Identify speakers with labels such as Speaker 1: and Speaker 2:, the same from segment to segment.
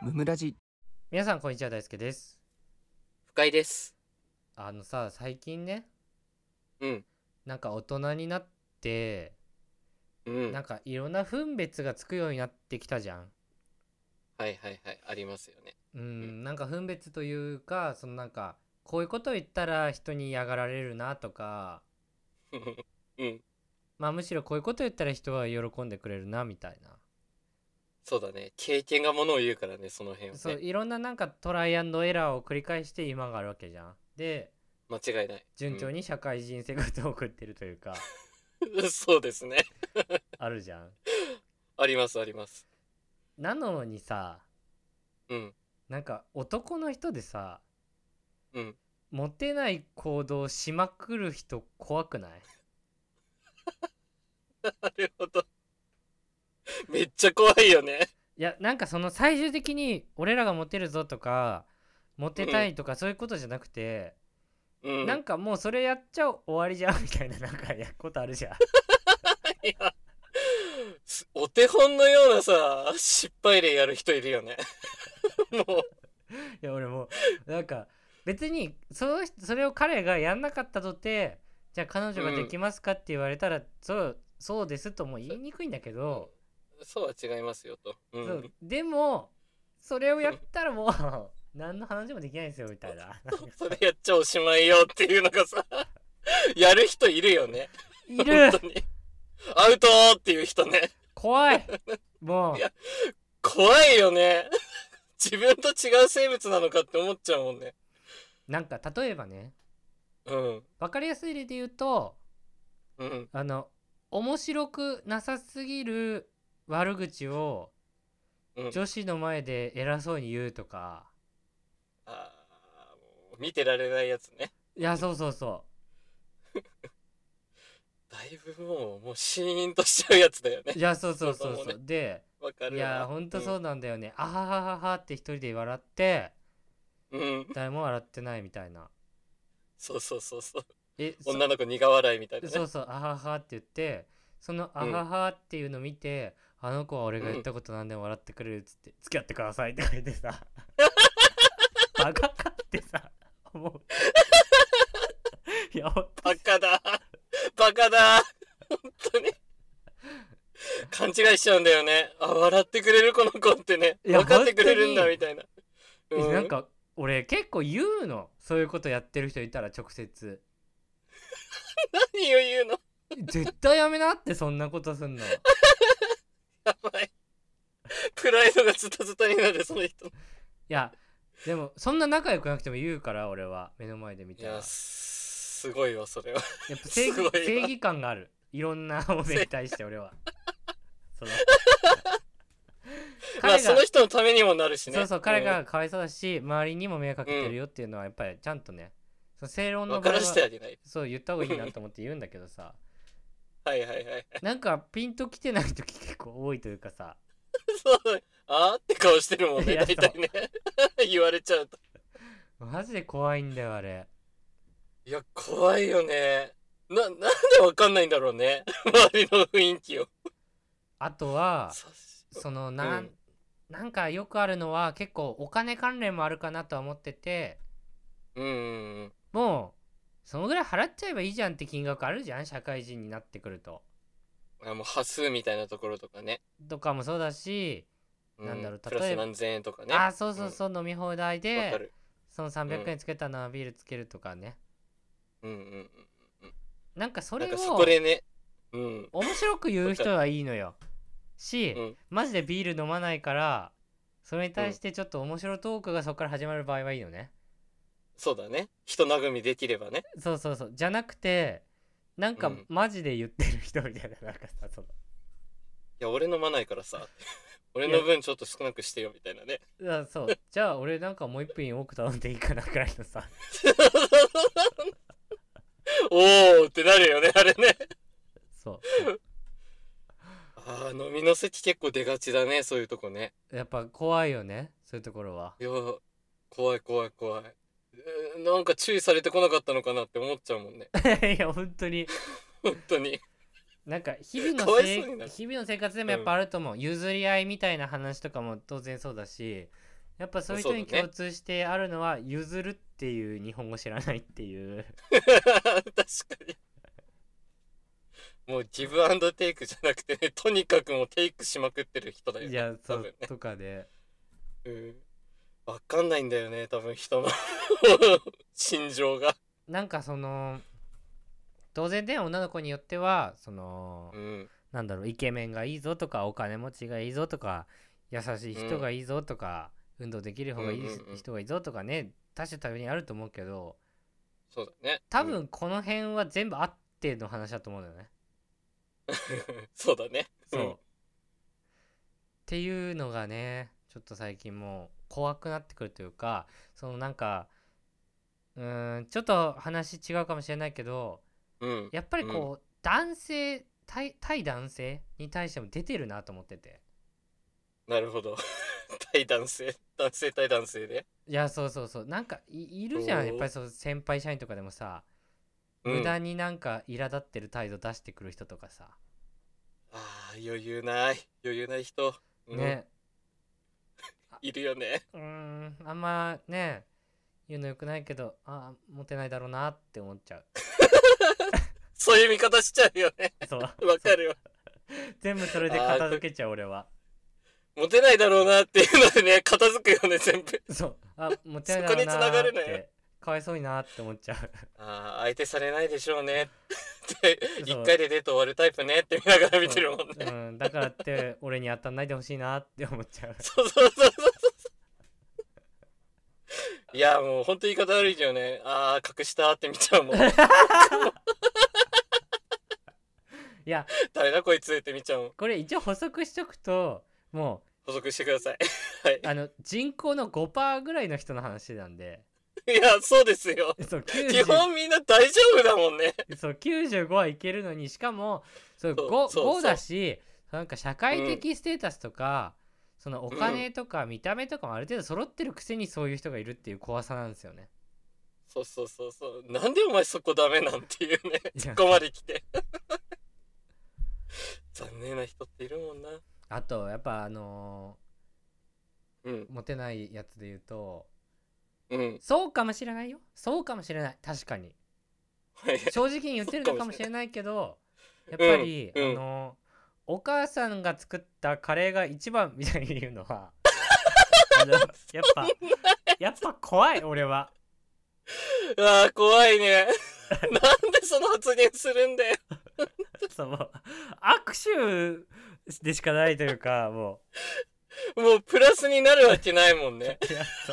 Speaker 1: ムムラジ
Speaker 2: 皆さんこんにちは大輔です
Speaker 3: 深井です。
Speaker 2: あのさ最近ね
Speaker 3: うん。
Speaker 2: なんか大人になって、
Speaker 3: うん。
Speaker 2: なん
Speaker 3: はい
Speaker 2: かいろんな分別がつくようになってきたじゃん
Speaker 3: はいはい。ありますよね。
Speaker 2: うん、
Speaker 3: ん
Speaker 2: なんか分別というかそのなんかこういうことを言ったら人に嫌がられるなとか
Speaker 3: うん。
Speaker 2: まあむしろこういうことを言ったら人は喜んでくれるなみたいな
Speaker 3: そうだね。経験がものを言うからね、その辺は
Speaker 2: そう
Speaker 3: ね。
Speaker 2: いろんななんかトライアンドエラーを繰り返して今があるわけじゃんで
Speaker 3: 間違いない。
Speaker 2: 順調に社会人生活を送ってるというか、
Speaker 3: うん。 そうですね。
Speaker 2: あるじゃん
Speaker 3: ありますあります。
Speaker 2: なのにさ
Speaker 3: うん。
Speaker 2: なんか男の人でさ
Speaker 3: うん。
Speaker 2: モテない行動しまくる人怖くない
Speaker 3: なるほど。めっちゃ怖いよね。
Speaker 2: いやなんかその最終的に俺らがモテるぞとかモテたいとかそういうことじゃなくて、
Speaker 3: うん。
Speaker 2: なんかもうそれやっちゃ終わりじゃんみ たいななんかやることあるじゃん
Speaker 3: いや、すお手本のようなさ、失敗例やる人いるよね。もう、
Speaker 2: いや俺もうなんか別にその人それを彼がやんなかったとてじゃあ彼女ができますかって言われたら、そうそうですとも言いにくいんだけど、
Speaker 3: そうは違いますよと。う。
Speaker 2: そうんでもそれをやったらもう 何の話もできないですよみたいな
Speaker 3: それやっちゃおしまいよっていうのがさ、やる人いるよね。
Speaker 2: いる
Speaker 3: 本当に。アウトーっていう人ね。
Speaker 2: 怖いもう
Speaker 3: いや怖いよね。 自分と違う生物なのかって思っちゃうもんね。
Speaker 2: なんか例えばね
Speaker 3: うん。
Speaker 2: 分かりやすい例で言うと
Speaker 3: うん。
Speaker 2: あの面白くなさすぎる悪口を
Speaker 3: うん。
Speaker 2: 女子の前で偉そうに言うとか、
Speaker 3: あーもう見てられないやつね。
Speaker 2: いやそうそうそ
Speaker 3: だいぶもう、もうシーンとしちゃうやつだよ
Speaker 2: うい
Speaker 3: ね。
Speaker 2: やそうそうそうそ
Speaker 3: そ
Speaker 2: う
Speaker 3: か
Speaker 2: う
Speaker 3: も
Speaker 2: で
Speaker 3: わか
Speaker 2: い
Speaker 3: るわ。
Speaker 2: やほんとそううなんだよね、あははははって一人で笑って
Speaker 3: ん。うん。
Speaker 2: 誰も笑ってないみたいな
Speaker 3: そうそうそうそう。
Speaker 2: えそ
Speaker 3: 女の子苦笑いみたいなね。
Speaker 2: そうそう「あはは」って言ってその「あはは」っていうの見て、あの子は俺が言ったこと何でも笑ってくれるっつって「付き合ってください」って書いて さバカかってさ思ういやほん
Speaker 3: バカだ。バカだ。本当に。勘違いしちゃうんだよね。あ、笑ってくれるこの子ってね。
Speaker 2: いや
Speaker 3: 分かってくれるん
Speaker 2: 本当
Speaker 3: だ
Speaker 2: に
Speaker 3: みたいな。
Speaker 2: え
Speaker 3: う
Speaker 2: なんか俺結構言うのそういうことやってる人いたら直接
Speaker 3: 何を言うの
Speaker 2: 絶対やめなってそんなことすんの
Speaker 3: やばい。プライドがズタズタになる、その人。い
Speaker 2: いやでもそんな仲良くなくても言うから俺は目の前で見たら
Speaker 3: や、すごいわ、それは。
Speaker 2: やっぱ正義
Speaker 3: すごいわ
Speaker 2: 正義感があるいろんな 方面に対して俺はその
Speaker 3: ま
Speaker 2: 彼が、
Speaker 3: あ、その人のためにもなるしね。
Speaker 2: そうそう彼がかわいそうだし、周りにも迷惑かけてるよっていうのはやっぱりちゃんとねその正
Speaker 3: う
Speaker 2: 論
Speaker 3: ん。
Speaker 2: の場合
Speaker 3: 分か
Speaker 2: は
Speaker 3: らせてあげない。
Speaker 2: そう言った方がいいなと思って言うんだけど さ
Speaker 3: はいはいはい。
Speaker 2: なんかピンときてない時結構多いというかさ
Speaker 3: そうだね。あーって顔してるもん
Speaker 2: い
Speaker 3: ね、
Speaker 2: や
Speaker 3: 大体ね。 言われちゃうと。
Speaker 2: マジで怖いんだよあれ
Speaker 3: いや、怖いよね。な、なんで分かんないんだろうね。 周りの雰囲気を。
Speaker 2: あとは
Speaker 3: さし
Speaker 2: そのなん、
Speaker 3: うん
Speaker 2: なんかよくあるのは結構お金関連もあるかなとは思ってて
Speaker 3: うんうんうん。
Speaker 2: もうそのぐらい払っちゃえばいいじゃんって金額あるじゃん社会人になってくると。
Speaker 3: あもう、端数みたいなところとかね。
Speaker 2: とかもそうだし、
Speaker 3: う
Speaker 2: なんだろう
Speaker 3: プラ
Speaker 2: 例
Speaker 3: ス
Speaker 2: えば
Speaker 3: 何千円とかね。
Speaker 2: ああそうそうそう、飲み放題
Speaker 3: わか
Speaker 2: で
Speaker 3: る。
Speaker 2: その300円つけたのはビールつけるとかね、
Speaker 3: うんうんうん。
Speaker 2: なんかそ
Speaker 3: な
Speaker 2: れ
Speaker 3: ん
Speaker 2: を
Speaker 3: かそこでね。うん。
Speaker 2: 面白く言う人はいいのよし、
Speaker 3: うん
Speaker 2: マジでビール飲まないからそれに対してちょっと面白トークがそこから始まる場合はいいのね、
Speaker 3: そうだね。人殴みできればね。
Speaker 2: そうそうそうじゃなくてなんか
Speaker 3: うん
Speaker 2: マジで言ってる人みたいななんかさその
Speaker 3: いや、俺飲まないからさ。俺の分ちょっと少なくしてよ、みたいなね。
Speaker 2: いや そうじゃあ俺なんかもう一品多く頼んでいいかなくらいのさ
Speaker 3: おーってなるよね、あれね。
Speaker 2: そう
Speaker 3: ああ、飲みの席結構出がちだね、そういうとこね。
Speaker 2: やっぱ怖いよねそういうところはい
Speaker 3: やー、怖い怖い怖い。えーなんか注意されてこなかったのかなって思っちゃうもんね。
Speaker 2: いや本当に
Speaker 3: 本当に。
Speaker 2: なんか日々
Speaker 3: か
Speaker 2: の
Speaker 3: わい
Speaker 2: せ
Speaker 3: そうにないる
Speaker 2: 日々の生活でもやっぱあると思う、譲り合いみたいな話とかも当然そうだしやっぱそういう
Speaker 3: そう
Speaker 2: 人
Speaker 3: だね
Speaker 2: に共通してあるのは譲るっていう日本語知らないっていう
Speaker 3: 確かに。もうギブアンドテイクじゃなくてね、とにかくもうテイクしまくってる人だよね。
Speaker 2: いやそ
Speaker 3: 多
Speaker 2: う
Speaker 3: 分ね。
Speaker 2: とかで
Speaker 3: うん。わかんないんだよね、多分人の 心情が。
Speaker 2: なんかその当然ね女の子によってはその
Speaker 3: うん。
Speaker 2: なんだろうイケメンがいいぞとかお金持ちがいいぞとか優しい人がいいぞとか、運動できる方がいい
Speaker 3: うんうんうん
Speaker 2: 人がいいぞとかね多種多様にあると思うけど
Speaker 3: そうだね。
Speaker 2: 多
Speaker 3: うん
Speaker 2: 分 この辺は全部あっての話だと思うんだよね。
Speaker 3: そうだね。
Speaker 2: そう、
Speaker 3: ん
Speaker 2: っ。ていうのがねちょっと最近もう怖くなってくるというかそのなんかうーんちょっと話違うかもしれないけど
Speaker 3: うん。
Speaker 2: やっぱりこう、男性対対男性に対しても出てるなと思ってて
Speaker 3: なるほど。 対男性。男性対男性で。
Speaker 2: いやそうそうそうなんかいいるじゃ
Speaker 3: お
Speaker 2: ん
Speaker 3: ー
Speaker 2: やっぱりそう先輩社員とかでもさ、
Speaker 3: うん
Speaker 2: 無駄になんか苛立ってる態度出してくる人とかさ、
Speaker 3: ああ、余裕ない。余裕ない人。うん。
Speaker 2: ね
Speaker 3: いるよね。
Speaker 2: うーんあんまね言うのよくないけどあーモテないだろうなって思っちゃう
Speaker 3: そういう見方しちゃうよね。
Speaker 2: そう
Speaker 3: わかるよ。
Speaker 2: そう全部それで片付けちゃう俺は
Speaker 3: モテないだろうなっていうのでね、片付くよね、全部。
Speaker 2: そうあモテないだろうな
Speaker 3: そこに繋がる
Speaker 2: ー
Speaker 3: の
Speaker 2: っ
Speaker 3: よ
Speaker 2: てかわいそうになーって思っちゃう
Speaker 3: ああ、相手されないでしょうね。って、
Speaker 2: そう
Speaker 3: 一回でデート終わるタイプねって見ながら見てるもん
Speaker 2: う
Speaker 3: ね。
Speaker 2: んだからって俺に当たんないでほしいなーって思っちゃ う
Speaker 3: そうそうそうそう そう。いや、もう本当言い方悪いよね。ああ、隠したって見ちゃうもん。
Speaker 2: いや
Speaker 3: 誰だこいつって見ちゃうもん。
Speaker 2: これ一応補足しとくともう
Speaker 3: 補足してください。
Speaker 2: あの人口の5%ぐらいの人の話なんで
Speaker 3: いや、そうですよ。
Speaker 2: そう
Speaker 3: 基
Speaker 2: 90
Speaker 3: 本みんな大丈夫だもんね。
Speaker 2: そう95はいけるのにしかもそう 5,
Speaker 3: そうそうそう
Speaker 2: 5だしなんか社会的ステータスとか、そのお金とか見た目とかもある程度揃ってるくせにそういう人がいるっていう怖さなんですよね。
Speaker 3: そうそうそうそう。なんでお前そこダメなんていうね。
Speaker 2: い
Speaker 3: そ
Speaker 2: や
Speaker 3: こまで来て。 残念な人っているもんな。
Speaker 2: あとやっぱあの
Speaker 3: うん
Speaker 2: ー、モテないやつで言うと
Speaker 3: うん。
Speaker 2: そうかもしれないよそうかもしれない確かに
Speaker 3: はい
Speaker 2: 正直に言ってるのかもしれないけどやっ
Speaker 3: れない
Speaker 2: ぱり、
Speaker 3: うんうん
Speaker 2: あのお母さんが作ったカレーが一番みたいに言うの はあのやっぱやっぱ怖い俺は
Speaker 3: う わあ、怖いね。なんでその発言するんだよ。
Speaker 2: その握手でしかないというかも
Speaker 3: もうプラスになるわけないもんね。
Speaker 2: ういやそ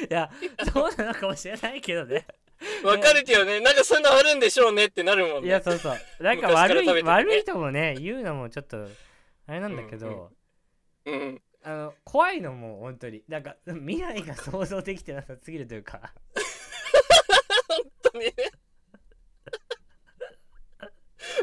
Speaker 2: ういやそうなのかもしれないけどね
Speaker 3: わかるけどね、なんかそういうのあるんでしょうねってなるもん
Speaker 2: い
Speaker 3: ね。
Speaker 2: やそうそうなんか
Speaker 3: 昔
Speaker 2: 悪
Speaker 3: から食べ
Speaker 2: い
Speaker 3: てるね
Speaker 2: 悪いともね言うのもちょっとあれなんだけど、
Speaker 3: うんうんうん。
Speaker 2: あの怖いのも本当になんか未来が想像できてなさすぎるというか
Speaker 3: 本当にね。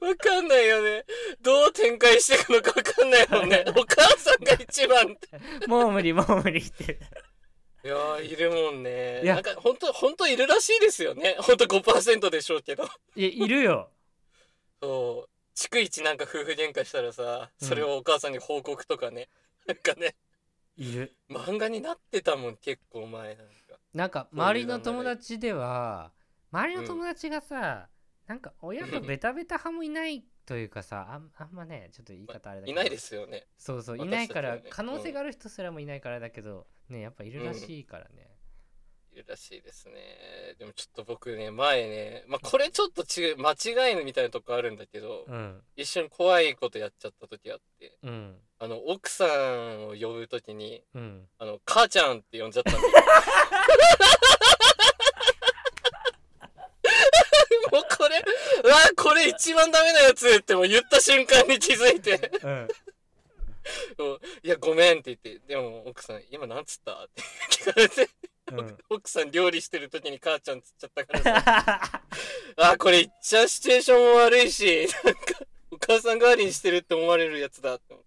Speaker 3: わかんないよね。どう展開していくのかわかんないもんね。お母さんが一番って。
Speaker 2: もう無理もう無理って
Speaker 3: いやー、いるもんね。
Speaker 2: いや
Speaker 3: なんか本当、本当いるらしいですよね。本当5%でしょうけど。
Speaker 2: いやいるよ
Speaker 3: そう。逐一なんか夫婦喧嘩したらさ、
Speaker 2: うん
Speaker 3: それをお母さんに報告とかね。なんかね。
Speaker 2: いる
Speaker 3: 漫画になってたもん結構前なんか
Speaker 2: なんか周りの友達では周りの友達がさ、なんか親とベタベタ派もいないというかさあんあんまねちょっと言い方あれだけ
Speaker 3: い
Speaker 2: ど
Speaker 3: ないですよね
Speaker 2: そうそう
Speaker 3: 私た
Speaker 2: い
Speaker 3: ち
Speaker 2: ないか
Speaker 3: は
Speaker 2: ら
Speaker 3: ね
Speaker 2: 可能性がある人すらもいないからだけどねやっぱいるらしいからね、
Speaker 3: いるらしいですねでもちょっと僕ね前ねまあこれちょっと違う間違いみたいなとこあるんだけど、
Speaker 2: うん
Speaker 3: 一緒に怖いことやっちゃった時あって
Speaker 2: うん
Speaker 3: あの奥さんを呼ぶ時に
Speaker 2: うん
Speaker 3: あの母ちゃんって呼んじゃった ん だよもうこれうわこれ一番ダメなやつってもう言った瞬間に気づいて
Speaker 2: うん
Speaker 3: そういや、ごめんって言って、でも奥さん、今なんつったって聞かれて、
Speaker 2: うん
Speaker 3: 奥さん料理してる時に母ちゃんつっちゃったからさ、あ、これ言っちゃシチュエーションも悪いし、 なんか、お母さん代わりにしてるって思われるやつだって思っ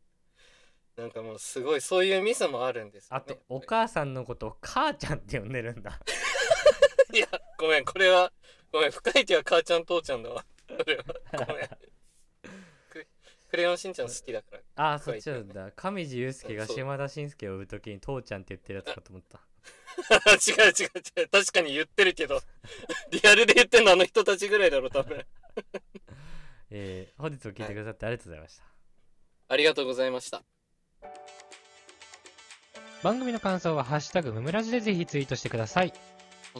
Speaker 3: て。なんかもうすごい、そういうミスもあるんですよ、
Speaker 2: あ
Speaker 3: ね。
Speaker 2: とお母さんのことを母ちゃんって呼んでるんだ
Speaker 3: いや、ごめん、これ は、ごめん、深い手は母ちゃん、父ちゃんだわ。それは、ごめん。クレヨンしんちゃん好きだから。
Speaker 2: ああそっちなんだ上地雄介が島田紳介を呼ぶときに父ちゃんって言ってるやつかと思った
Speaker 3: 違う違う違う。確かに言ってるけど、 リアルで言ってんのあの人たちぐらいだろ、多分。
Speaker 2: えー、本日も聞いてくださってありがとうございました
Speaker 3: ありがとうございました。
Speaker 2: 番組の感想は「ハッシュタグむむらじ」でぜひツイートしてくださいチ
Speaker 3: お